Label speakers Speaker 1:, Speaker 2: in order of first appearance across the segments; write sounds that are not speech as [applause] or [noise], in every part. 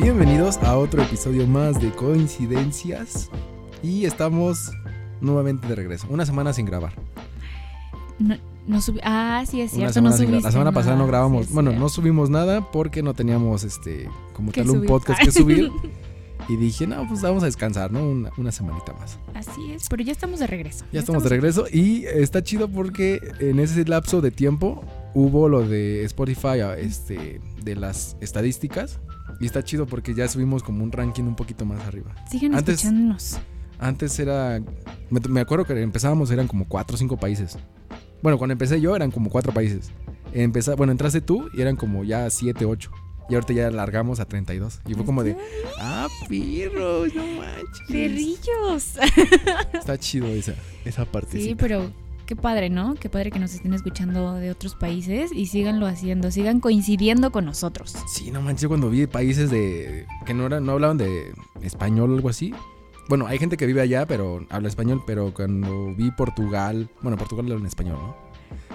Speaker 1: Bienvenidos a otro episodio más de Coincidencias. Y estamos nuevamente de regreso. Una semana sin grabar.
Speaker 2: No, no subi- Ah, sí, es
Speaker 1: Una
Speaker 2: cierto.
Speaker 1: semana
Speaker 2: no
Speaker 1: sin grabar.
Speaker 2: subiste
Speaker 1: La semana pasada
Speaker 2: nada,
Speaker 1: no
Speaker 2: sí
Speaker 1: grabamos.
Speaker 2: es
Speaker 1: bueno,
Speaker 2: cierto.
Speaker 1: no subimos nada porque no teníamos este como
Speaker 2: Que
Speaker 1: tal un
Speaker 2: subir.
Speaker 1: podcast
Speaker 2: Ay.
Speaker 1: que
Speaker 2: [laughs]
Speaker 1: subir. Y dije, no, pues vamos a descansar, ¿no? Una, una semanita más.
Speaker 2: Así es, pero ya estamos de regreso.
Speaker 1: Ya estamos de regreso y está chido porque en ese lapso de tiempo hubo lo de Spotify, ah, este, de las estadísticas. Y está chido porque ya subimos como un ranking un poquito más arriba.
Speaker 2: Sigan
Speaker 1: Antes-
Speaker 2: escuchándonos.
Speaker 1: Antes era, me, me acuerdo que empezábamos, eran como cuatro o cinco países. Bueno, cuando empecé yo eran como cuatro países. Empeza- bueno, entraste tú y eran como ya siete, ocho. Y ahorita ya alargamos a 32. Y fue como de, ah, pirros, no manches.
Speaker 2: Perrillos.
Speaker 1: Está chido esa, esa partecita.
Speaker 2: Sí, pero qué padre, ¿no? Qué padre que nos estén escuchando de otros países y síganlo haciendo, sigan coincidiendo con nosotros.
Speaker 1: Sí, no manches, cuando vi países de que no eran, no hablaban de español o algo así. Bueno, hay gente que vive allá, pero habla español, pero cuando vi Portugal, bueno, Portugal habla en español, ¿no?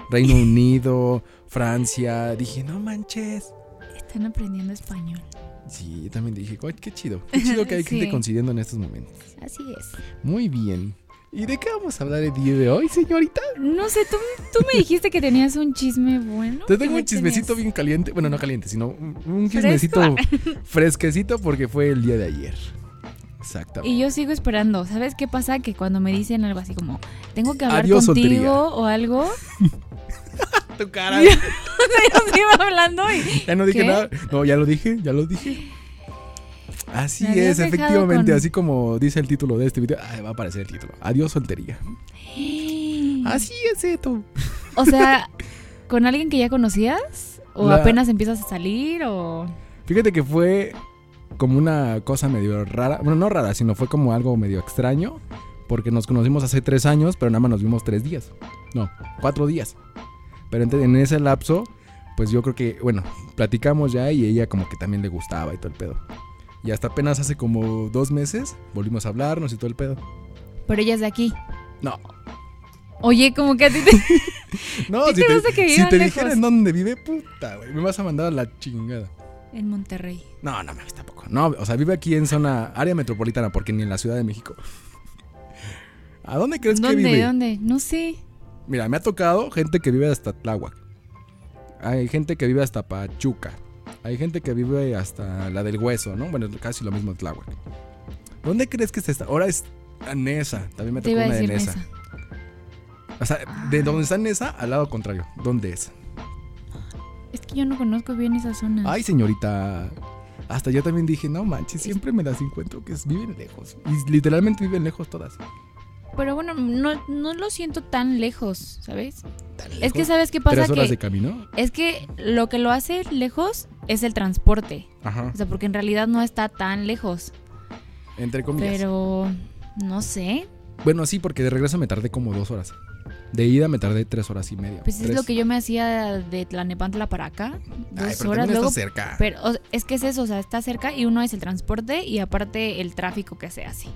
Speaker 1: Reino Unido, Francia, dije, no manches.
Speaker 2: Están aprendiendo español.
Speaker 1: Sí, yo también dije, "Ay, qué chido, qué chido que hay gente
Speaker 2: Sí.
Speaker 1: coincidiendo en estos momentos.
Speaker 2: Así es.
Speaker 1: Muy bien. ¿Y de qué vamos a hablar el día de hoy, señorita?
Speaker 2: No sé, tú, tú me dijiste que tenías un chisme bueno.
Speaker 1: Te tengo
Speaker 2: ¿Qué
Speaker 1: un chismecito
Speaker 2: tenías?
Speaker 1: bien caliente, bueno, no caliente, sino un un chismecito fresquecito porque fue el día de ayer. Exactamente.
Speaker 2: Y yo sigo esperando. ¿Sabes qué pasa? Que cuando me dicen algo así como, tengo que hablar
Speaker 1: Adiós,
Speaker 2: contigo
Speaker 1: soltería.
Speaker 2: o algo,
Speaker 1: Tu cara.
Speaker 2: [laughs] yo sigo hablando [gasps] y
Speaker 1: Ya no dije
Speaker 2: ¿Qué?
Speaker 1: nada. No, ya lo dije, ya lo dije. Así
Speaker 2: Me habías
Speaker 1: es,
Speaker 2: dejado
Speaker 1: efectivamente,
Speaker 2: con-
Speaker 1: así como dice el título de este video. Ay, va a aparecer el título. Adiós soltería.
Speaker 2: Ah,
Speaker 1: Así es esto.
Speaker 2: O sea, ¿con alguien que ya conocías? ¿O
Speaker 1: La-
Speaker 2: apenas empiezas a salir? ¿O
Speaker 1: Fíjate que fue como una cosa medio rara. Bueno, no rara, sino fue como algo medio extraño. Porque nos conocimos hace tres años, pero nada más nos vimos tres días. No, cuatro días. Pero ente- en ese lapso, pues yo creo que, bueno, platicamos ya y ella como que también le gustaba y todo el pedo. Y hasta apenas hace como dos meses volvimos a hablarnos y todo el pedo.
Speaker 2: pero ella es de aquí?
Speaker 1: No.
Speaker 2: Oye, como que a ti [laughs] te...
Speaker 1: No,
Speaker 2: ¿Sí
Speaker 1: si
Speaker 2: te
Speaker 1: te,
Speaker 2: gusta que
Speaker 1: si
Speaker 2: vivan
Speaker 1: te
Speaker 2: lejos?
Speaker 1: dijera en dónde vive, puta, güey, me vas a mandar a la chingada.
Speaker 2: En Monterrey.
Speaker 1: No, no mames, tampoco. No, o sea, vive aquí en zona área metropolitana, porque ni en la Ciudad de México. ¿A dónde crees
Speaker 2: ¿Dónde?
Speaker 1: que vive?
Speaker 2: ¿Dónde? No sé.
Speaker 1: Mira, me ha tocado gente que vive hasta Tláhuac. Hay gente que vive hasta Pachuca. Hay gente que vive hasta la del Hueso, ¿no? Bueno, casi lo mismo Tláhuac. ¿Dónde crees que es esta? Ahora es a Nesa. También me tocó
Speaker 2: Te iba a
Speaker 1: una de
Speaker 2: decir
Speaker 1: Nesa.
Speaker 2: Nesa. Ah.
Speaker 1: O sea, de donde está Nesa, al lado contrario. ¿Dónde es?
Speaker 2: Es que yo no conozco bien esa zona.
Speaker 1: Ay, señorita. Hasta yo también dije, no manches, siempre me las encuentro que es- viven lejos. Y literalmente viven lejos todas.
Speaker 2: Pero bueno, no, no lo siento tan lejos, ¿sabes?
Speaker 1: Tan
Speaker 2: Es que
Speaker 1: lejos.
Speaker 2: ¿sabes qué pasa?
Speaker 1: Tres horas
Speaker 2: Que,
Speaker 1: de camino.
Speaker 2: Es que lo que lo hace lejos es el transporte.
Speaker 1: Ajá.
Speaker 2: O sea, porque en realidad no está tan lejos.
Speaker 1: Entre comillas.
Speaker 2: Pero... No sé.
Speaker 1: Bueno, sí, porque de regreso me tardé como dos horas. De ida me tardé tres horas y media.
Speaker 2: Pues es
Speaker 1: tres.
Speaker 2: lo que yo me hacía de Tlanepantla para acá. Dos
Speaker 1: Ay, pero
Speaker 2: horas.
Speaker 1: también
Speaker 2: Luego,
Speaker 1: está cerca.
Speaker 2: pero o sea, es que es eso, o sea, está cerca y uno es el transporte y aparte el tráfico que se hace.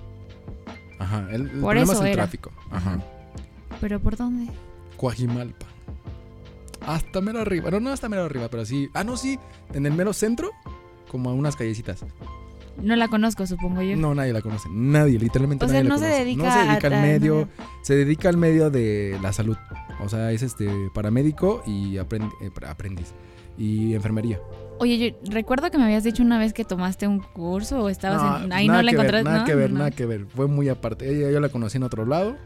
Speaker 1: Ajá. El, el
Speaker 2: Por
Speaker 1: problema es
Speaker 2: eso
Speaker 1: el
Speaker 2: era.
Speaker 1: tráfico. Ajá.
Speaker 2: ¿Pero por dónde?
Speaker 1: Coajimalpa. Hasta mero arriba. No, no hasta mero arriba, pero sí. Ah, no, sí. En el mero centro, como a unas callecitas.
Speaker 2: No la conozco, supongo yo.
Speaker 1: No, nadie la conoce. Nadie, literalmente
Speaker 2: O sea,
Speaker 1: nadie la
Speaker 2: no se
Speaker 1: conoce.
Speaker 2: dedica
Speaker 1: no se dedica
Speaker 2: a-
Speaker 1: al
Speaker 2: a-
Speaker 1: medio.
Speaker 2: no.
Speaker 1: Se dedica al medio de la salud. O sea, es este paramédico y aprend- eh, pra- aprendiz. Y enfermería.
Speaker 2: Oye, yo recuerdo que me habías dicho una vez que tomaste un curso o estabas en... Ahí
Speaker 1: nada
Speaker 2: no la
Speaker 1: que ver,
Speaker 2: encontraste,
Speaker 1: Nada
Speaker 2: ¿no?
Speaker 1: que ver,
Speaker 2: No.
Speaker 1: nada que ver. Fue muy aparte. Ella yo la conocí en otro lado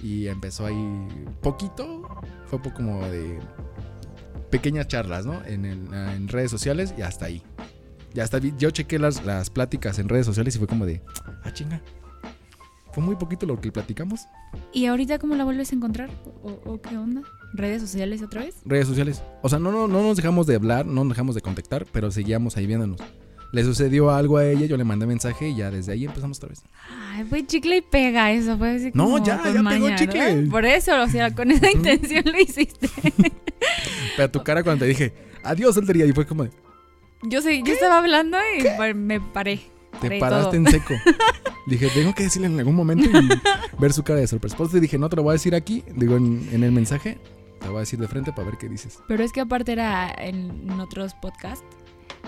Speaker 1: y empezó ahí poquito. Fue po- como de pequeñas charlas, ¿no? En, el- en redes sociales y hasta ahí. Ya hasta vi- yo chequé las, las pláticas en redes sociales y fue como de, ah, chinga. Fue muy poquito lo que platicamos.
Speaker 2: ¿Y ahorita cómo la vuelves a encontrar? ¿O, o qué onda? ¿Redes sociales otra vez?
Speaker 1: redes sociales. O sea, no, no, no nos dejamos de hablar, no nos dejamos de contactar, pero seguíamos ahí viéndonos. Le sucedió algo a ella, yo le mandé mensaje y ya desde ahí empezamos otra vez.
Speaker 2: Ay, fue chicle y pega eso, fue así
Speaker 1: No,
Speaker 2: como
Speaker 1: ya,
Speaker 2: con
Speaker 1: ya pegó
Speaker 2: maña,
Speaker 1: chicle.
Speaker 2: ¿verdad? Por eso, o sea, con esa intención lo hiciste.
Speaker 1: Pero tu cara cuando te dije, adiós, soltería, y fue como, de,
Speaker 2: Yo, sé, yo estaba hablando y par- me paré.
Speaker 1: te
Speaker 2: Paré
Speaker 1: paraste en
Speaker 2: todo.
Speaker 1: seco. dije, tengo que decirle en algún momento y ver su cara de sorpresa. Por eso te dije, no te lo voy a decir aquí, digo, en, en el mensaje, te lo voy a decir de frente para ver qué dices.
Speaker 2: Pero es que aparte era en, en otros podcasts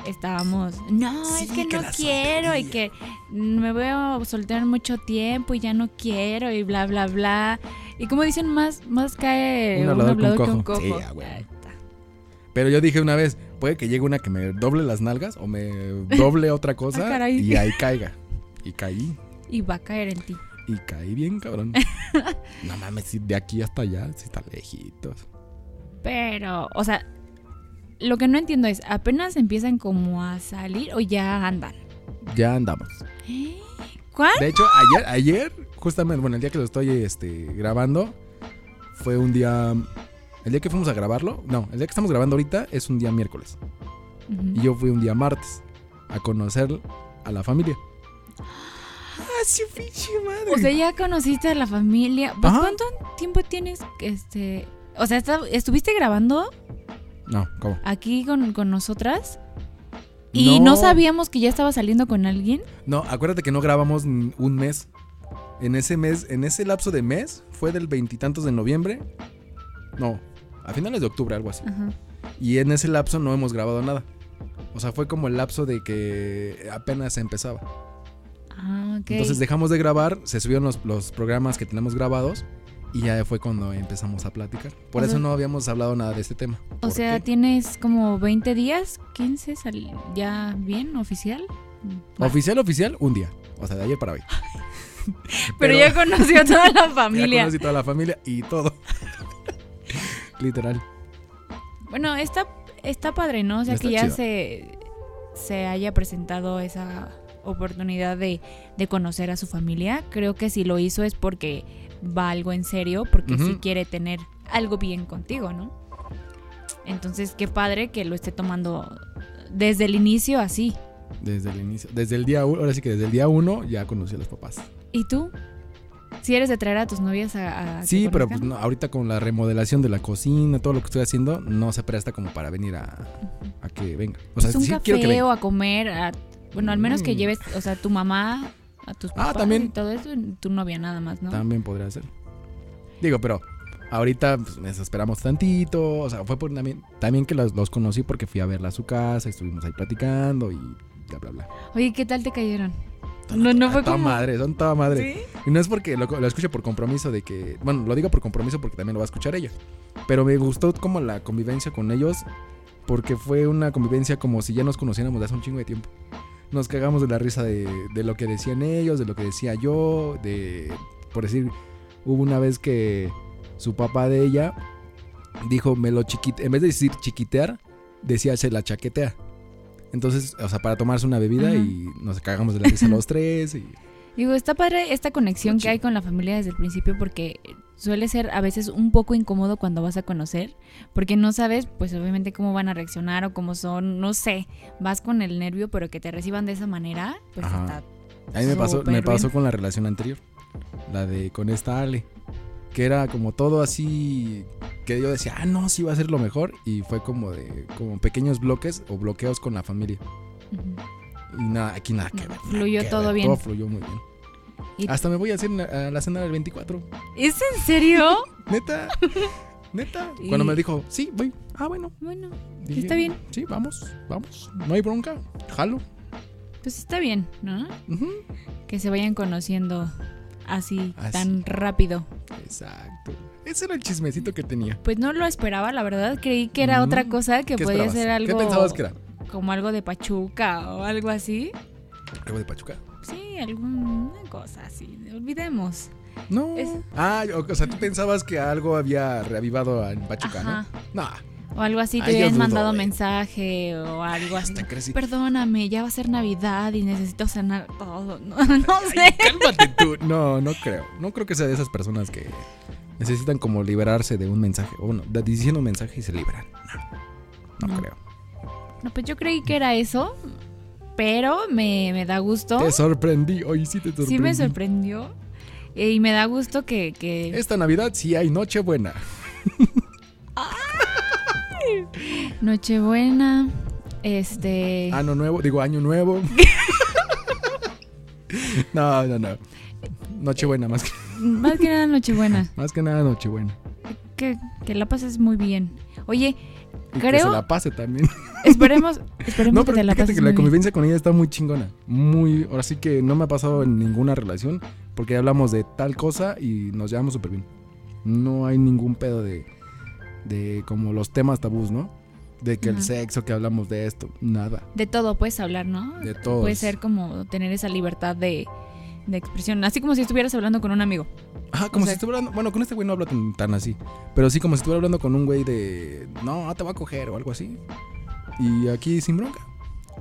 Speaker 2: estábamos, no,
Speaker 1: Sí,
Speaker 2: es que,
Speaker 1: que
Speaker 2: no
Speaker 1: la
Speaker 2: quiero y que me veo soltera en mucho tiempo y ya no quiero y bla, bla, bla. Y como dicen, más, más cae
Speaker 1: Un
Speaker 2: un
Speaker 1: hablado que un
Speaker 2: hablado que un
Speaker 1: cojo.
Speaker 2: cojo.
Speaker 1: Sí, a huevo.
Speaker 2: Ahí está.
Speaker 1: Pero yo dije una vez, puede que llegue una que me doble las nalgas o
Speaker 2: [laughs]
Speaker 1: me doble otra cosa
Speaker 2: Ah, caray.
Speaker 1: y ahí caiga. Y caí,
Speaker 2: y va a caer en ti.
Speaker 1: y caí bien,
Speaker 2: [laughs]
Speaker 1: cabrón. no mames, si de aquí hasta allá, si está lejitos.
Speaker 2: Pero, o sea, lo que no entiendo es, apenas empiezan como a salir o ya andan.
Speaker 1: [gasps] Ya andamos.
Speaker 2: ¿Eh? ¿Cuál?
Speaker 1: De hecho, ayer, ayer, justamente, bueno, el día que lo estoy este, grabando, fue un día. El día que fuimos a grabarlo, no, el día que estamos grabando ahorita es un día miércoles.
Speaker 2: Ujú.
Speaker 1: Y yo fui un día martes a conocer a la familia. ¡Ah, sí, pinche madre!
Speaker 2: O sea, ya conociste a la familia. Pues,
Speaker 1: Ajá.
Speaker 2: ¿Cuánto tiempo tienes este? O sea, esta- estuviste grabando
Speaker 1: no, ¿cómo?
Speaker 2: aquí con, con nosotras y no. sabíamos que ya estaba saliendo con alguien.
Speaker 1: No, acuérdate que no grabamos n- un mes. En ese mes, en ese lapso de mes, fue del veintitantos de noviembre. No, a finales de octubre, algo así.
Speaker 2: Ajá.
Speaker 1: Y en ese lapso no hemos grabado nada. O sea, fue como el lapso de que apenas empezaba.
Speaker 2: Ah, ok.
Speaker 1: Entonces dejamos de grabar, se subieron los, los programas que tenemos grabados y ya fue cuando empezamos a platicar. Por
Speaker 2: O
Speaker 1: eso
Speaker 2: sea-
Speaker 1: no habíamos hablado nada de este tema.
Speaker 2: o
Speaker 1: ¿Por
Speaker 2: sea,
Speaker 1: qué?
Speaker 2: tienes como 20 días, 15 sal- ya bien oficial. Va.
Speaker 1: oficial, oficial, un día. O sea, de ayer para hoy.
Speaker 2: [laughs] Pero, ya conoció a toda la
Speaker 1: [laughs] ya
Speaker 2: familia.
Speaker 1: conocí toda la familia y todo. [laughs] Literal.
Speaker 2: Bueno, está, está padre, ¿no? O sea,
Speaker 1: Está
Speaker 2: que ya
Speaker 1: chido.
Speaker 2: se, se haya presentado esa oportunidad de, de conocer a su familia. Creo que si lo hizo es porque va algo en serio, porque
Speaker 1: Ujú.
Speaker 2: sí quiere tener algo bien contigo, ¿no? Entonces, qué padre que lo esté tomando desde el inicio así.
Speaker 1: Desde el inicio. Desde el día uno, ahora sí que desde el día uno ya conocí a los papás.
Speaker 2: ¿Y tú? ¿Si eres de traer a tus novias a... a que
Speaker 1: Sí, pero pues,
Speaker 2: conozcan?
Speaker 1: no, ahorita con la remodelación de la cocina, todo lo que estoy haciendo, no se presta como para venir a, a que venga. O sea,
Speaker 2: Pues un
Speaker 1: sí quiero que
Speaker 2: café
Speaker 1: venga.
Speaker 2: o a comer, a- bueno, al menos que
Speaker 1: Mm.
Speaker 2: lleves, o sea, tu mamá, a tus
Speaker 1: Ah,
Speaker 2: papás
Speaker 1: también.
Speaker 2: y todo eso, y tu novia nada más, ¿no?
Speaker 1: También podría ser. Digo, pero ahorita pues, nos esperamos tantito. O sea, fue por también, también que los, los conocí porque fui a verla a su casa, estuvimos ahí platicando y bla, bla, bla.
Speaker 2: Oye, ¿qué tal te cayeron? No, no fue
Speaker 1: A toda
Speaker 2: como...
Speaker 1: madre, son toda madre.
Speaker 2: ¿Sí?
Speaker 1: Y no es porque lo, lo escuche por compromiso de que. Bueno, lo digo por compromiso porque también lo va a escuchar ella. Pero me gustó como la convivencia con ellos. Porque fue una convivencia como si ya nos conociéramos de hace un chingo de tiempo. Nos cagamos de la risa de, de lo que decían ellos, de lo que decía yo. De. Por decir, hubo una vez que su papá de ella dijo, me lo chiquite. En vez de decir chiquitear, decía se la chaquetea. Entonces, o sea, para tomarse una bebida
Speaker 2: Ajá.
Speaker 1: y nos cagamos de la risa los tres. Y
Speaker 2: Digo, está padre esta
Speaker 1: Pues
Speaker 2: conexión que hay con la familia desde el principio porque suele ser a veces un poco incómodo cuando vas a conocer, porque no sabes, pues obviamente cómo van a reaccionar o cómo son, no sé, vas con el nervio, pero que te reciban de esa manera, pues
Speaker 1: Ajá.
Speaker 2: está...
Speaker 1: A mí me pasó,
Speaker 2: Súper
Speaker 1: me
Speaker 2: bien.
Speaker 1: pasó con la relación anterior, la de con esta Ale, que era como todo así, que yo decía, ah, no, sí va a ser lo mejor, y fue como de, como pequeños bloques o bloqueos con la familia.
Speaker 2: Ujú.
Speaker 1: Y nada, aquí nada que
Speaker 2: No,
Speaker 1: ver.
Speaker 2: fluyó
Speaker 1: nada que
Speaker 2: todo
Speaker 1: ver,
Speaker 2: bien.
Speaker 1: Todo fluyó muy bien.
Speaker 2: ¿Y-
Speaker 1: Hasta me voy a hacer na- a la cena del 24.
Speaker 2: ¿Es en serio?
Speaker 1: Neta, neta.
Speaker 2: Y-
Speaker 1: Cuando me dijo, sí, voy. Ah, bueno.
Speaker 2: [laughs] bueno,
Speaker 1: Dije,
Speaker 2: Está bien.
Speaker 1: Sí, vamos, vamos. No hay bronca. Jalo.
Speaker 2: pues está bien, ¿no?
Speaker 1: Ujú.
Speaker 2: que se vayan conociendo así,
Speaker 1: Así.
Speaker 2: tan rápido.
Speaker 1: Exacto. Ese era el chismecito que tenía.
Speaker 2: Pues no lo esperaba, la verdad. Creí que era
Speaker 1: No.
Speaker 2: otra cosa que
Speaker 1: ¿Qué
Speaker 2: podía
Speaker 1: esperabas?
Speaker 2: ser algo
Speaker 1: ¿Qué pensabas que era?
Speaker 2: como algo de Pachuca o algo así.
Speaker 1: ¿Algo de Pachuca?
Speaker 2: Sí, alguna cosa así. Olvidemos.
Speaker 1: No.
Speaker 2: Es-
Speaker 1: Ah, o, o sea, tú pensabas que algo había reavivado en Pachuca,
Speaker 2: Ajá.
Speaker 1: ¿no? No,
Speaker 2: O algo así, te
Speaker 1: Ay, yo
Speaker 2: habían
Speaker 1: dudo,
Speaker 2: mandado
Speaker 1: eh.
Speaker 2: mensaje o algo así.
Speaker 1: hasta crecí.
Speaker 2: Perdóname, ya va a ser Navidad y necesito cenar todo. No, [laughs] no sé.
Speaker 1: Cálmate tú. No, no creo. No creo que sea de esas personas que necesitan como liberarse de un mensaje. O bueno, de- diciendo un mensaje y se liberan. No, no,
Speaker 2: No.
Speaker 1: creo.
Speaker 2: No, pues yo creí que era eso, pero me, me da gusto.
Speaker 1: Te sorprendí. Hoy sí te sorprendí.
Speaker 2: Sí me sorprendió. eh, Y me da gusto que, que
Speaker 1: Esta Navidad sí hay Nochebuena.
Speaker 2: Nochebuena, este,
Speaker 1: Año nuevo, digo año
Speaker 2: [laughs]
Speaker 1: nuevo. no, no, no. Nochebuena, más que,
Speaker 2: más que
Speaker 1: [laughs]
Speaker 2: nada Nochebuena,
Speaker 1: más que nada Nochebuena.
Speaker 2: que, que la pases muy bien. Oye,
Speaker 1: Y que
Speaker 2: Creo-
Speaker 1: se la pase también.
Speaker 2: Esperemos, esperemos
Speaker 1: No,
Speaker 2: que
Speaker 1: pero
Speaker 2: te la
Speaker 1: fíjate
Speaker 2: pases
Speaker 1: que la
Speaker 2: muy bien.
Speaker 1: convivencia con ella está muy chingona. Muy. Ahora sí que no me ha pasado en ninguna relación. Porque ya hablamos de tal cosa y nos llevamos súper bien. No hay ningún pedo de. De como los temas tabús, ¿no? De que el
Speaker 2: Ajá.
Speaker 1: sexo, que hablamos de esto. Nada.
Speaker 2: De todo puedes hablar, ¿no?
Speaker 1: De todo.
Speaker 2: Puede ser como tener esa libertad de, de expresión. Así como si estuvieras hablando con un amigo.
Speaker 1: Ajá, como si
Speaker 2: o sea-
Speaker 1: estuviera hablando. Bueno, con este güey no hablo tan, tan así. Pero sí, como si estuviera hablando con un güey de. No, te voy a coger o algo así. Y aquí sin bronca.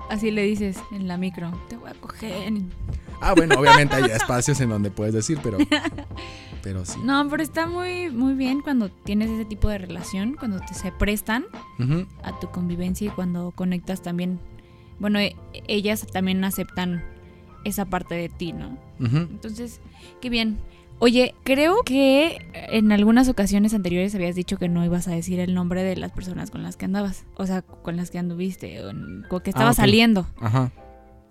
Speaker 2: Así le dices en la micro. Te voy a coger.
Speaker 1: Ah, bueno, obviamente hay
Speaker 2: [laughs]
Speaker 1: espacios en donde puedes decir, pero. Pero sí.
Speaker 2: No, pero está muy, muy bien cuando tienes ese tipo de relación, cuando te se prestan
Speaker 1: Ujú.
Speaker 2: a tu convivencia y cuando conectas también. Bueno, e- ellas también aceptan esa parte de ti, ¿no?
Speaker 1: Ujú.
Speaker 2: Entonces, qué bien. Oye, creo que en algunas ocasiones anteriores habías dicho que no ibas a decir el nombre de las personas con las que andabas, o sea, con las que anduviste, o en- con que estaba
Speaker 1: Ah, ok.
Speaker 2: saliendo.
Speaker 1: Ajá.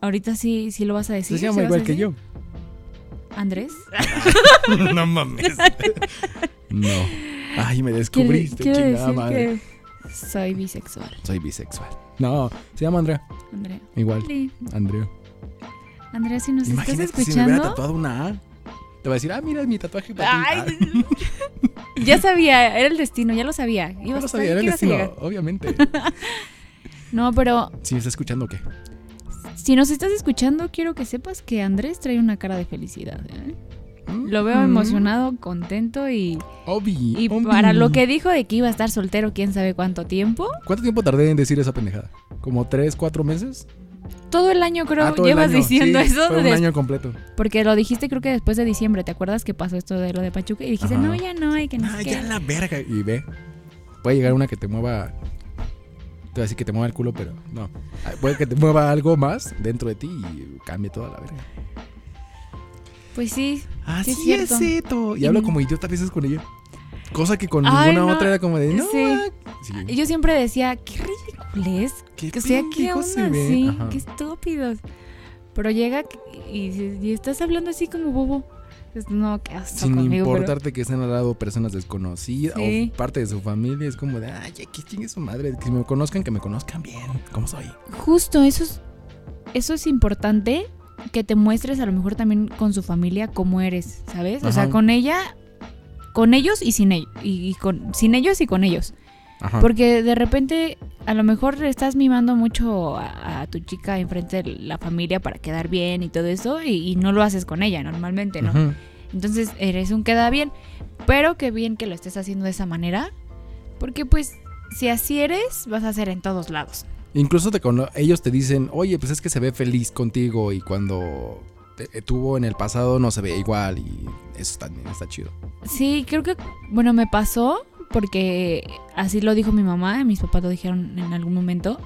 Speaker 2: Ahorita sí, sí lo vas a decir.
Speaker 1: Se llama
Speaker 2: ¿sí vas a
Speaker 1: igual que Ah,
Speaker 2: decir?
Speaker 1: yo.
Speaker 2: [laughs]
Speaker 1: [laughs]
Speaker 2: Andrés.
Speaker 1: no mames. [laughs] No. Ay, me
Speaker 2: Quiero-
Speaker 1: descubriste,
Speaker 2: quiero
Speaker 1: chingada
Speaker 2: decir
Speaker 1: madre.
Speaker 2: que soy bisexual,
Speaker 1: Soy bisexual. No, se llama Andrea.
Speaker 2: Andrea.
Speaker 1: Igual,
Speaker 2: Sí,
Speaker 1: Andrea.
Speaker 2: Andrea, si nos
Speaker 1: Imagínate
Speaker 2: estás
Speaker 1: si me hubiera
Speaker 2: escuchando.
Speaker 1: tatuado una A. Te va a decir, ah, mira, es mi tatuaje para ti. Ah,
Speaker 2: Ay, [laughs] ya sabía, era el destino, ya lo sabía.
Speaker 1: Ah, no
Speaker 2: Ibas-
Speaker 1: lo sabía, era el
Speaker 2: ibas a
Speaker 1: destino,
Speaker 2: llegar. [laughs]
Speaker 1: obviamente.
Speaker 2: No, pero
Speaker 1: Si me está escuchando, ¿qué?
Speaker 2: Si nos estás escuchando, quiero que sepas que Andrés trae una cara de felicidad. ¿eh? Lo veo
Speaker 1: Mm,
Speaker 2: emocionado, contento y,
Speaker 1: Obi.
Speaker 2: y
Speaker 1: obi.
Speaker 2: para lo que dijo de que iba a estar soltero quién sabe cuánto tiempo,
Speaker 1: ¿Cuánto tiempo tardé en decir esa pendejada? ¿Como tres, cuatro meses?
Speaker 2: todo el año creo
Speaker 1: Ah, todo el
Speaker 2: llevas
Speaker 1: año,
Speaker 2: diciendo
Speaker 1: sí,
Speaker 2: eso.
Speaker 1: Fue un
Speaker 2: des-
Speaker 1: año completo.
Speaker 2: Porque lo dijiste creo que después de diciembre, ¿te acuerdas que pasó esto de lo de Pachuca? Y dijiste,
Speaker 1: Ajá.
Speaker 2: no, ya no, hay que no
Speaker 1: Ah,
Speaker 2: sé qué".
Speaker 1: ya la verga. Y ve. Puede llegar una que te mueva. Te voy a decir que te mueva el culo, pero no. Ah, Puede que te mueva algo más dentro de ti y cambie toda la verga.
Speaker 2: Pues sí,
Speaker 1: Así
Speaker 2: cierto.
Speaker 1: esto. Y
Speaker 2: Y
Speaker 1: hablo
Speaker 2: no-
Speaker 1: como idiota a veces con ella. Cosa que con
Speaker 2: Ay,
Speaker 1: ninguna
Speaker 2: no.
Speaker 1: otra era como de. No,
Speaker 2: Sí.
Speaker 1: ah, sí.
Speaker 2: yo siempre decía, qué ridiculez,
Speaker 1: Qué
Speaker 2: que sea que aún
Speaker 1: pendejos se ven.
Speaker 2: así,
Speaker 1: Ajá.
Speaker 2: qué estúpidos. Pero llega y, dices- y estás hablando así como bobo. Pues, no, qué asco
Speaker 1: Sin
Speaker 2: conmigo, pero-
Speaker 1: importarte que estén al lado personas desconocidas
Speaker 2: Sí.
Speaker 1: o parte de su familia, es como de, ay, que chingue su madre. Que me conozcan, que me conozcan bien. ¿Cómo soy?
Speaker 2: Justo, eso es, eso es importante que te muestres a lo mejor también con su familia cómo eres, ¿sabes? O sea,
Speaker 1: Ajá.
Speaker 2: con ella, con ellos y sin ellos, y, y con, sin ellos y con ellos.
Speaker 1: Ajá.
Speaker 2: Porque de repente a lo mejor estás mimando mucho a, a tu chica enfrente de la familia para quedar bien y todo eso, y, y no lo haces con ella normalmente, ¿no?
Speaker 1: Ujú.
Speaker 2: Entonces eres un queda bien, pero qué bien que lo estés haciendo de esa manera, porque pues si así eres, vas a ser en todos lados.
Speaker 1: Incluso te cono- ellos te dicen, oye, pues es que se ve feliz contigo y cuando te- eh, tuvo en el pasado no se ve igual y eso también está chido.
Speaker 2: Sí, creo que, bueno, me pasó porque así lo dijo mi mamá, mis papás lo dijeron en algún momento.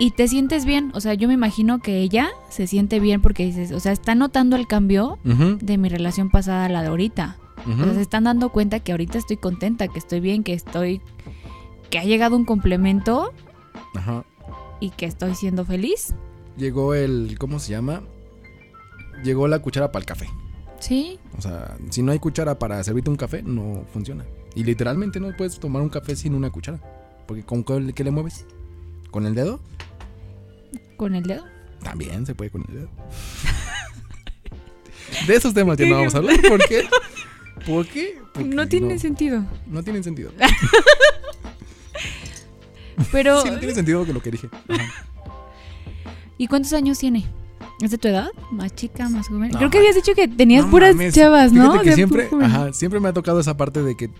Speaker 2: Y te sientes bien, o sea, yo me imagino que ella se siente bien porque dices, o sea, está notando el cambio de mi relación pasada a la de ahorita. O sea, se están dando cuenta que ahorita estoy contenta, que estoy bien, que estoy, que ha llegado un complemento
Speaker 1: Ajá.
Speaker 2: y que estoy siendo feliz.
Speaker 1: Llegó el, ¿cómo se llama? Llegó la cuchara para el café.
Speaker 2: Sí,
Speaker 1: O sea, si no hay cuchara para servirte un café, no funciona. Y literalmente no puedes tomar un café sin una cuchara. Porque ¿con cuál- qué le mueves? ¿Con el dedo?
Speaker 2: con el dedo.
Speaker 1: También se puede con el dedo. De esos temas ya no vamos a hablar. ¿Por qué?
Speaker 2: [laughs]
Speaker 1: ¿Por qué? Porque
Speaker 2: No tiene sentido.
Speaker 1: No tienen sentido. [laughs]
Speaker 2: Pero,
Speaker 1: Sí, no tiene sentido que lo que dije. Ajá.
Speaker 2: ¿y cuántos años tiene? ¿Es de tu edad? ¿Más chica, más joven?
Speaker 1: No,
Speaker 2: Creo que habías dicho que tenías
Speaker 1: No
Speaker 2: puras
Speaker 1: mames.
Speaker 2: chavas, ¿no?
Speaker 1: Fíjate
Speaker 2: O
Speaker 1: que
Speaker 2: sea,
Speaker 1: siempre,
Speaker 2: pu-
Speaker 1: ajá, siempre me ha tocado esa parte de que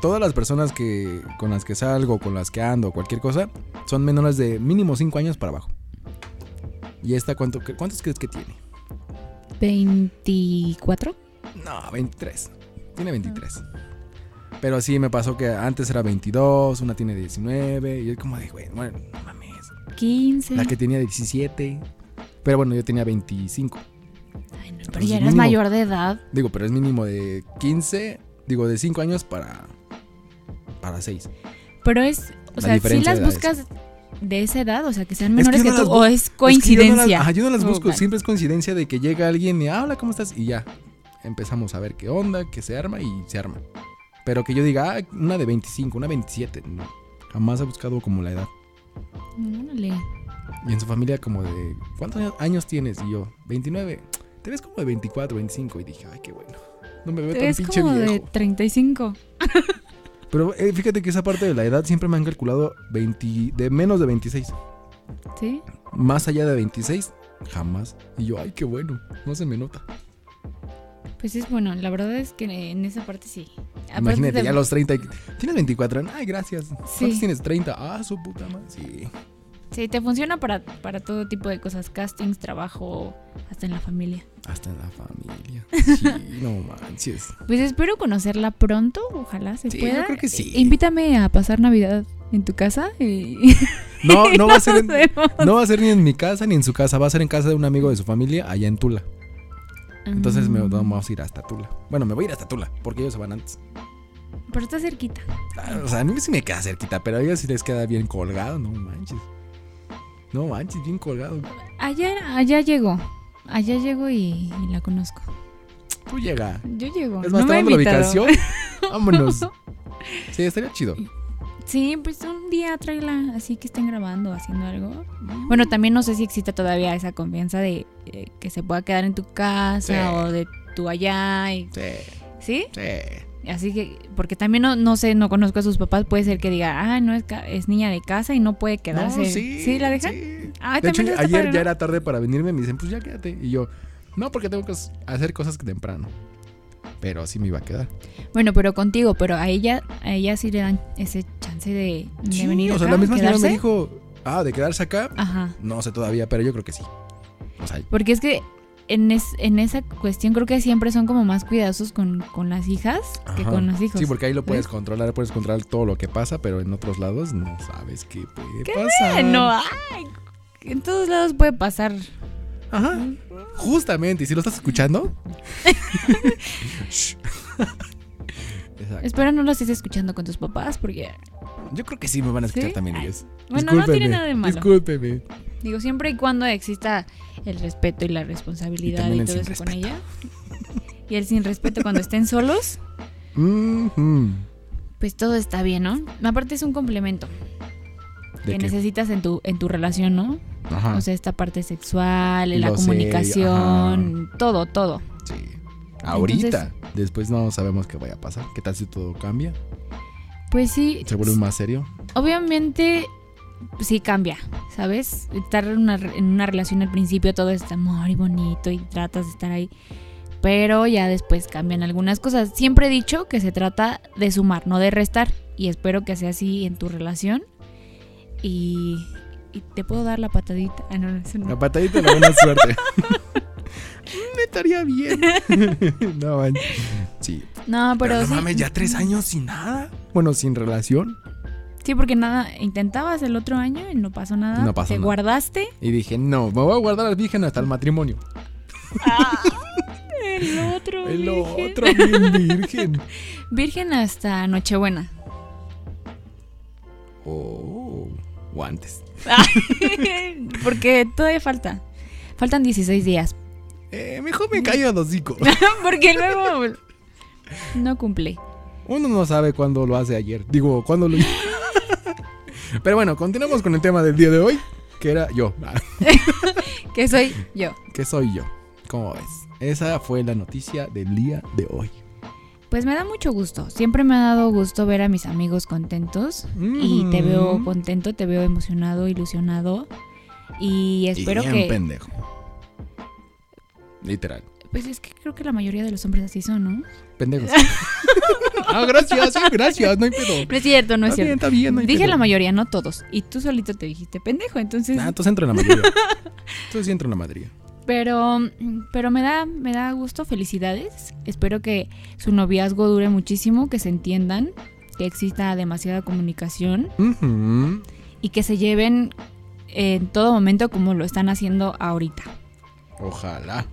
Speaker 1: todas las personas que con las que salgo, con las que ando, cualquier cosa, son menores de mínimo 5 años para abajo. ¿Y esta cuánto, cre- cuántos crees que tiene?
Speaker 2: 24.
Speaker 1: No, 23. Tiene 23. Pero sí, me pasó que antes era 22, una tiene 19. Y es como de, güey, bueno, no mames.
Speaker 2: 15.
Speaker 1: La que tenía 17. Pero bueno, yo tenía 25.
Speaker 2: Ay, no, pero
Speaker 1: Entonces,
Speaker 2: ya eras
Speaker 1: mínimo.
Speaker 2: mayor de edad.
Speaker 1: Digo, pero es mínimo de 15, digo, de 5 años para para 6.
Speaker 2: Pero es, o
Speaker 1: La
Speaker 2: sea, si
Speaker 1: diferencia
Speaker 2: las
Speaker 1: de edades.
Speaker 2: buscas de esa edad, o sea, que sean
Speaker 1: Es que
Speaker 2: menores
Speaker 1: yo
Speaker 2: que,
Speaker 1: no las
Speaker 2: tú,
Speaker 1: bu-
Speaker 2: o es
Speaker 1: yo no las,
Speaker 2: coincidencia.
Speaker 1: ajá, yo no las
Speaker 2: Oh,
Speaker 1: busco,
Speaker 2: vale.
Speaker 1: siempre es coincidencia de que llega alguien y "Ah, hola, ¿cómo estás? Y ya, empezamos a ver qué onda, que se arma y se arma. Pero que yo diga, ah, una de 25, una 27, no. Jamás he buscado como la edad.
Speaker 2: Órale.
Speaker 1: Y en su familia como de, ¿cuántos años, años tienes? Y yo, 29. Te ves como de 24, 25. Y dije, ay, qué bueno. No me veo
Speaker 2: Te
Speaker 1: tan
Speaker 2: ves
Speaker 1: pinche
Speaker 2: como
Speaker 1: viejo.
Speaker 2: de 35.
Speaker 1: Pero eh, fíjate que esa parte de la edad siempre me han calculado 20, de menos de 26.
Speaker 2: ¿Sí?
Speaker 1: Más allá de 26, jamás. Y yo, ay, qué bueno. No se me nota.
Speaker 2: Pues es bueno, la verdad es que en esa parte sí. Aparte
Speaker 1: Imagínate,
Speaker 2: de-
Speaker 1: ya a los 30. y- ¿Tienes 24? Ay, gracias. ¿Cuántos
Speaker 2: Sí.
Speaker 1: tienes? 30. Ah, su puta madre. Sí.
Speaker 2: Sí, te funciona para, para todo tipo de cosas, castings, trabajo, hasta en la familia.
Speaker 1: Hasta en la familia.
Speaker 2: [laughs]
Speaker 1: Sí, no manches.
Speaker 2: Pues espero conocerla pronto, ojalá se
Speaker 1: Sí, yo
Speaker 2: pueda.
Speaker 1: creo que sí.
Speaker 2: Pues Eh, Invítame a pasar Navidad en tu casa y [laughs]
Speaker 1: No, no va a ser en,
Speaker 2: hacemos.
Speaker 1: no va a ser ni en mi casa ni en su casa. Va a ser en casa de un amigo de su familia allá en Tula. Entonces me
Speaker 2: Ah,
Speaker 1: vamos a ir hasta Tula. Bueno, me voy a ir hasta Tula porque ellos se van antes.
Speaker 2: Pero está cerquita.
Speaker 1: Ah, O sea, a mí sí me queda cerquita, pero a ellos sí les queda bien colgado, no manches. No manches, bien colgado.
Speaker 2: Allá, allá llego. Allá llego y, y la conozco.
Speaker 1: Tú llega.
Speaker 2: Yo llego.
Speaker 1: Es más,
Speaker 2: no
Speaker 1: te
Speaker 2: me ha
Speaker 1: mando la
Speaker 2: invitado. [laughs]
Speaker 1: ubicación. Vámonos. Sí, estaría chido.
Speaker 2: Sí, pues un día tráela así que estén grabando, haciendo algo. Bueno, también no sé si existe todavía esa confianza de eh, que se pueda quedar en tu casa
Speaker 1: Sí.
Speaker 2: o de tú allá. y-
Speaker 1: Sí,
Speaker 2: ¿Sí?
Speaker 1: sí.
Speaker 2: Así que, porque también no, no sé, no conozco a sus papás, puede ser que diga, ah, no es, ca- es niña de casa y no puede quedarse.
Speaker 1: No, sí.
Speaker 2: la dejan?
Speaker 1: sí.
Speaker 2: Ay,
Speaker 1: De hecho,
Speaker 2: también eso está
Speaker 1: ayer
Speaker 2: padre,
Speaker 1: ya
Speaker 2: ¿no?
Speaker 1: era tarde para venirme. Me dicen, pues ya quédate. Y yo, no, porque tengo que s- hacer cosas que temprano. Pero así me iba a quedar.
Speaker 2: Bueno, pero contigo, pero a ella, a ella sí le dan ese chance de, de
Speaker 1: Sí,
Speaker 2: venir.
Speaker 1: o sea,
Speaker 2: acá,
Speaker 1: la misma señora me
Speaker 2: quedarse.
Speaker 1: dijo, ah, de quedarse acá.
Speaker 2: Ajá.
Speaker 1: No sé todavía, pero yo creo que sí. O sea,
Speaker 2: Porque es que en, es- en esa cuestión creo que siempre son como más cuidadosos con, con las hijas que
Speaker 1: Ajá.
Speaker 2: con los hijos.
Speaker 1: Sí, porque ahí lo puedes
Speaker 2: ¿Ves?
Speaker 1: controlar, puedes controlar todo lo que pasa, pero en otros lados no sabes qué puede pasar.
Speaker 2: Ah, no, ay, en todos lados puede pasar.
Speaker 1: Ajá.
Speaker 2: Mm.
Speaker 1: Justamente, y si lo estás
Speaker 2: [laughs]
Speaker 1: escuchando. Shh. Exacto.
Speaker 2: Espero no lo estés escuchando con tus papás porque,
Speaker 1: Yo creo que sí me van a escuchar
Speaker 2: ¿Sí?
Speaker 1: también
Speaker 2: Ay,
Speaker 1: ellos.
Speaker 2: bueno, no
Speaker 1: Discúlpeme,
Speaker 2: tiene nada de malo.
Speaker 1: Discúlpeme.
Speaker 2: Digo, siempre y cuando exista el respeto y la
Speaker 1: Y
Speaker 2: responsabilidad
Speaker 1: también
Speaker 2: y,
Speaker 1: el
Speaker 2: todo
Speaker 1: sin
Speaker 2: eso con
Speaker 1: respeto.
Speaker 2: ella. Y el sin respeto cuando estén solos,
Speaker 1: Mhm.
Speaker 2: pues todo está bien, ¿no? Aparte es un complemento
Speaker 1: ¿De
Speaker 2: que
Speaker 1: qué? Ah.
Speaker 2: necesitas en tu, en tu relación, ¿no?
Speaker 1: Ajá.
Speaker 2: O sea, esta parte sexual,
Speaker 1: Y
Speaker 2: la
Speaker 1: lo sé,
Speaker 2: comunicación, todo, todo.
Speaker 1: sí. Ahorita. Después no sabemos qué vaya a pasar. ¿Qué tal si todo cambia?
Speaker 2: Pues sí,
Speaker 1: ¿Se vuelve más serio?
Speaker 2: obviamente sí cambia, ¿sabes? Estar en una, re- en una relación al principio todo es amor y bonito y tratas de estar ahí. Pero ya después cambian algunas cosas. Siempre he dicho que se trata de sumar, no de restar. Y espero que sea así en tu relación. Y, y te puedo dar la patadita. Ah, no, no, eso
Speaker 1: La
Speaker 2: no.
Speaker 1: patadita de la buena suerte. [laughs] Me estaría bien. [laughs] no, man. Sí.
Speaker 2: No, pero,
Speaker 1: Pero, no
Speaker 2: sí.
Speaker 1: mames, ya tres años sin nada. Bueno, sin relación.
Speaker 2: Sí, porque nada, intentabas el otro año y no pasó nada.
Speaker 1: No pasó
Speaker 2: te
Speaker 1: nada.
Speaker 2: guardaste.
Speaker 1: Y dije, no, me voy a guardar al virgen hasta el matrimonio.
Speaker 2: El otro.
Speaker 1: El
Speaker 2: virgen.
Speaker 1: otro bien virgen.
Speaker 2: Virgen hasta Nochebuena.
Speaker 1: [laughs] Oh, o antes.
Speaker 2: [laughs] Porque todavía falta. Faltan 16 días. [laughs]
Speaker 1: Eh, mejor me callo a los hocico.
Speaker 2: Porque luego no cumple.
Speaker 1: Uno no sabe cuándo lo hace ayer. Digo, cuándo lo [laughs] hizo. Pero bueno, continuamos con el tema del día de hoy, que era [laughs] yo.
Speaker 2: Que soy yo.
Speaker 1: que soy yo? ¿Cómo ves? Esa fue la noticia del día de hoy.
Speaker 2: Pues me da mucho gusto. Siempre me ha dado gusto ver a mis amigos contentos. Y
Speaker 1: Mm.
Speaker 2: te veo contento, te veo emocionado, ilusionado. Y espero
Speaker 1: Bien
Speaker 2: que.
Speaker 1: pendejo. Literal.
Speaker 2: Pues es que creo que la mayoría de los hombres así son, ¿no? [laughs]
Speaker 1: Pendejos. ah, gracias, sí, gracias, no hay pedo.
Speaker 2: No es cierto, no es
Speaker 1: está bien,
Speaker 2: cierto.
Speaker 1: está bien, no hay
Speaker 2: Dije
Speaker 1: pedo.
Speaker 2: la mayoría, no todos. Y tú solito te dijiste pendejo, entonces.
Speaker 1: Ah, entonces entro en la
Speaker 2: [laughs]
Speaker 1: mayoría. Entonces sí entro en la mayoría.
Speaker 2: Pero, pero me da, me da gusto, felicidades. Espero que su noviazgo dure muchísimo, que se entiendan, que exista demasiada comunicación
Speaker 1: Ujú.
Speaker 2: y que se lleven en todo momento como lo están haciendo ahorita.
Speaker 1: Ojalá.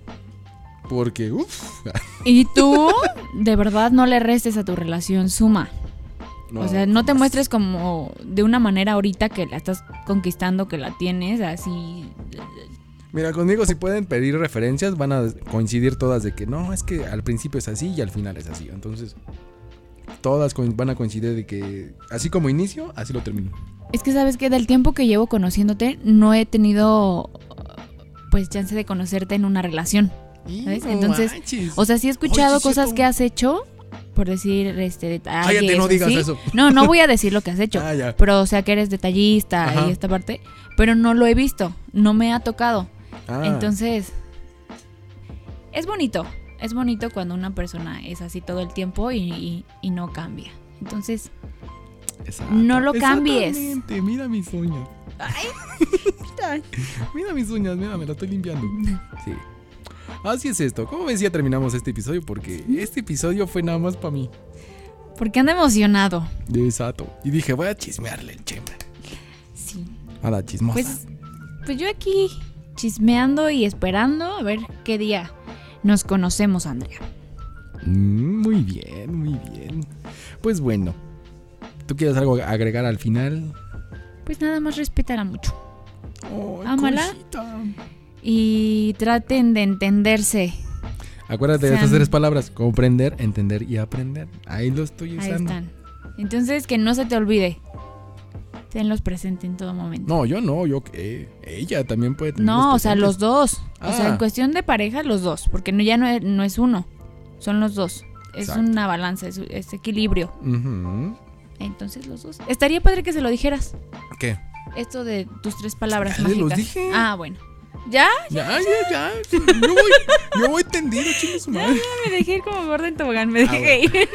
Speaker 1: Porque, uff.
Speaker 2: Y [laughs] tú, de verdad, no le restes a tu relación, suma. o sea, no te muestres como de una manera ahorita que la estás conquistando, que la tienes, así.
Speaker 1: Mira, conmigo si pueden pedir referencias, van a coincidir todas de que no, es que al principio es así y al final es así. Entonces, todas coin- van a coincidir de que así como inicio, así lo termino.
Speaker 2: Es que sabes que del tiempo que llevo conociéndote, no he tenido pues chance de conocerte en una relación. ¿Sabes?
Speaker 1: Y no
Speaker 2: Entonces,
Speaker 1: manches.
Speaker 2: O sea, sí he escuchado
Speaker 1: Oye, sí es
Speaker 2: cosas
Speaker 1: cierto.
Speaker 2: que has hecho, por decir este detalles.
Speaker 1: Cállate, no
Speaker 2: o
Speaker 1: digas
Speaker 2: así.
Speaker 1: eso.
Speaker 2: No, no voy a decir lo que has hecho.
Speaker 1: Ah, ya.
Speaker 2: Pero, o sea, que eres detallista
Speaker 1: Ajá.
Speaker 2: y esta parte. Pero no lo he visto, no me ha tocado.
Speaker 1: Ah,
Speaker 2: Entonces, es bonito. Es bonito cuando una persona es así todo el tiempo y, y- y no cambia. Entonces,
Speaker 1: exacto.
Speaker 2: no lo cambies.
Speaker 1: Exactamente, Mira mis uñas. Mira mis uñas, mira, me la estoy limpiando. Sí. Así es esto. Como decía, terminamos este episodio porque este episodio fue nada más para mí.
Speaker 2: porque anda emocionado.
Speaker 1: Exacto. Y dije, voy a chismearle el chema.
Speaker 2: Sí.
Speaker 1: A la chismosa.
Speaker 2: Pues, pues yo aquí chismeando y esperando a ver qué día nos conocemos, Andrea.
Speaker 1: Mm, muy bien, muy bien. Pues bueno. ¿Tú quieres algo agregar al final?
Speaker 2: Pues nada más respetará mucho.
Speaker 1: Ay,
Speaker 2: Ámala.
Speaker 1: cosita.
Speaker 2: Y traten de entenderse.
Speaker 1: Acuérdate de
Speaker 2: Sean-
Speaker 1: estas tres palabras: comprender, entender y aprender. Ahí lo estoy
Speaker 2: Ahí
Speaker 1: usando.
Speaker 2: están. Entonces, que no se te olvide. Tenlos presente en todo momento.
Speaker 1: No, yo no, yo qué. Ella también puede tener.
Speaker 2: No, o sea, los dos. O sea,
Speaker 1: Ah.
Speaker 2: en cuestión de pareja, los dos. Porque no, ya no es, no es uno. Son los dos. Es
Speaker 1: Exacto.
Speaker 2: una balanza, es, es equilibrio.
Speaker 1: Ujú.
Speaker 2: Entonces, los dos. Estaría padre que se lo dijeras.
Speaker 1: ¿Qué?
Speaker 2: Esto de tus tres palabras
Speaker 1: Ya
Speaker 2: mágicas.
Speaker 1: los dije.
Speaker 2: Ah, bueno. Ah, ¿Ya?
Speaker 1: Ya, ya, ya. Yo voy, yo voy tendido, chingue su madre.
Speaker 2: Me dejé ir como gorda en tobogán.
Speaker 1: Ah,
Speaker 2: Me dejé ir.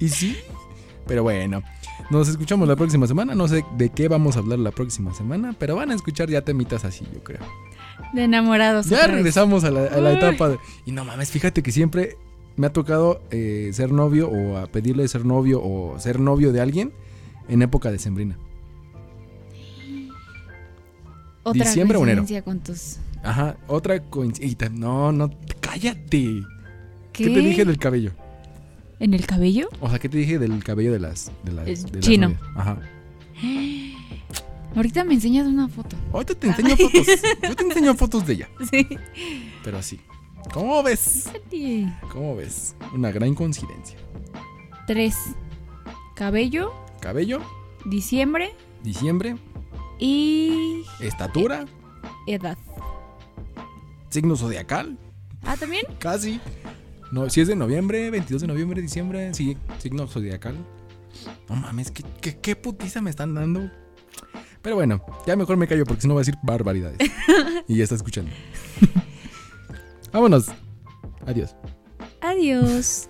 Speaker 1: Y sí. Pero bueno, nos escuchamos la próxima semana. No sé de qué vamos a hablar la próxima semana, pero van a escuchar ya temitas así, yo creo.
Speaker 2: De enamorados.
Speaker 1: Ya
Speaker 2: otra vez.
Speaker 1: regresamos a la, a la
Speaker 2: Uy.
Speaker 1: etapa de- Y no mames, fíjate que siempre me ha tocado eh, ser novio o a pedirle ser novio o ser novio de alguien en época decembrina.
Speaker 2: Otra
Speaker 1: diciembre o enero.
Speaker 2: coincidencia con tus.
Speaker 1: Ajá, otra coincidencia. No, no, cállate.
Speaker 2: ¿Qué?
Speaker 1: ¿Qué te dije del cabello?
Speaker 2: ¿En el cabello?
Speaker 1: O sea, ¿qué te dije del cabello de las... De las-
Speaker 2: Es
Speaker 1: de las
Speaker 2: Eh, chino.
Speaker 1: novias? Ajá.
Speaker 2: Ahorita me enseñas una foto.
Speaker 1: Ahorita
Speaker 2: Ah.
Speaker 1: te enseño fotos.
Speaker 2: [laughs]
Speaker 1: Yo te enseño fotos de ella.
Speaker 2: Sí.
Speaker 1: Pero así. ¿Cómo ves? ¿Cómo ves? Una gran coincidencia.
Speaker 2: Tres. Cabello,
Speaker 1: Cabello,
Speaker 2: diciembre
Speaker 1: diciembre,
Speaker 2: y
Speaker 1: estatura,
Speaker 2: edad.
Speaker 1: signo zodiacal.
Speaker 2: Ah, también.
Speaker 1: Casi. No, si es de noviembre, 22 de noviembre, diciembre, sí, signo zodiacal. No mames, ¿qué, qué, qué putiza me están dando. Pero bueno, ya mejor me callo porque si no va a decir barbaridades. y ya está [laughs] escuchando. Vámonos. Adiós.
Speaker 2: Adiós.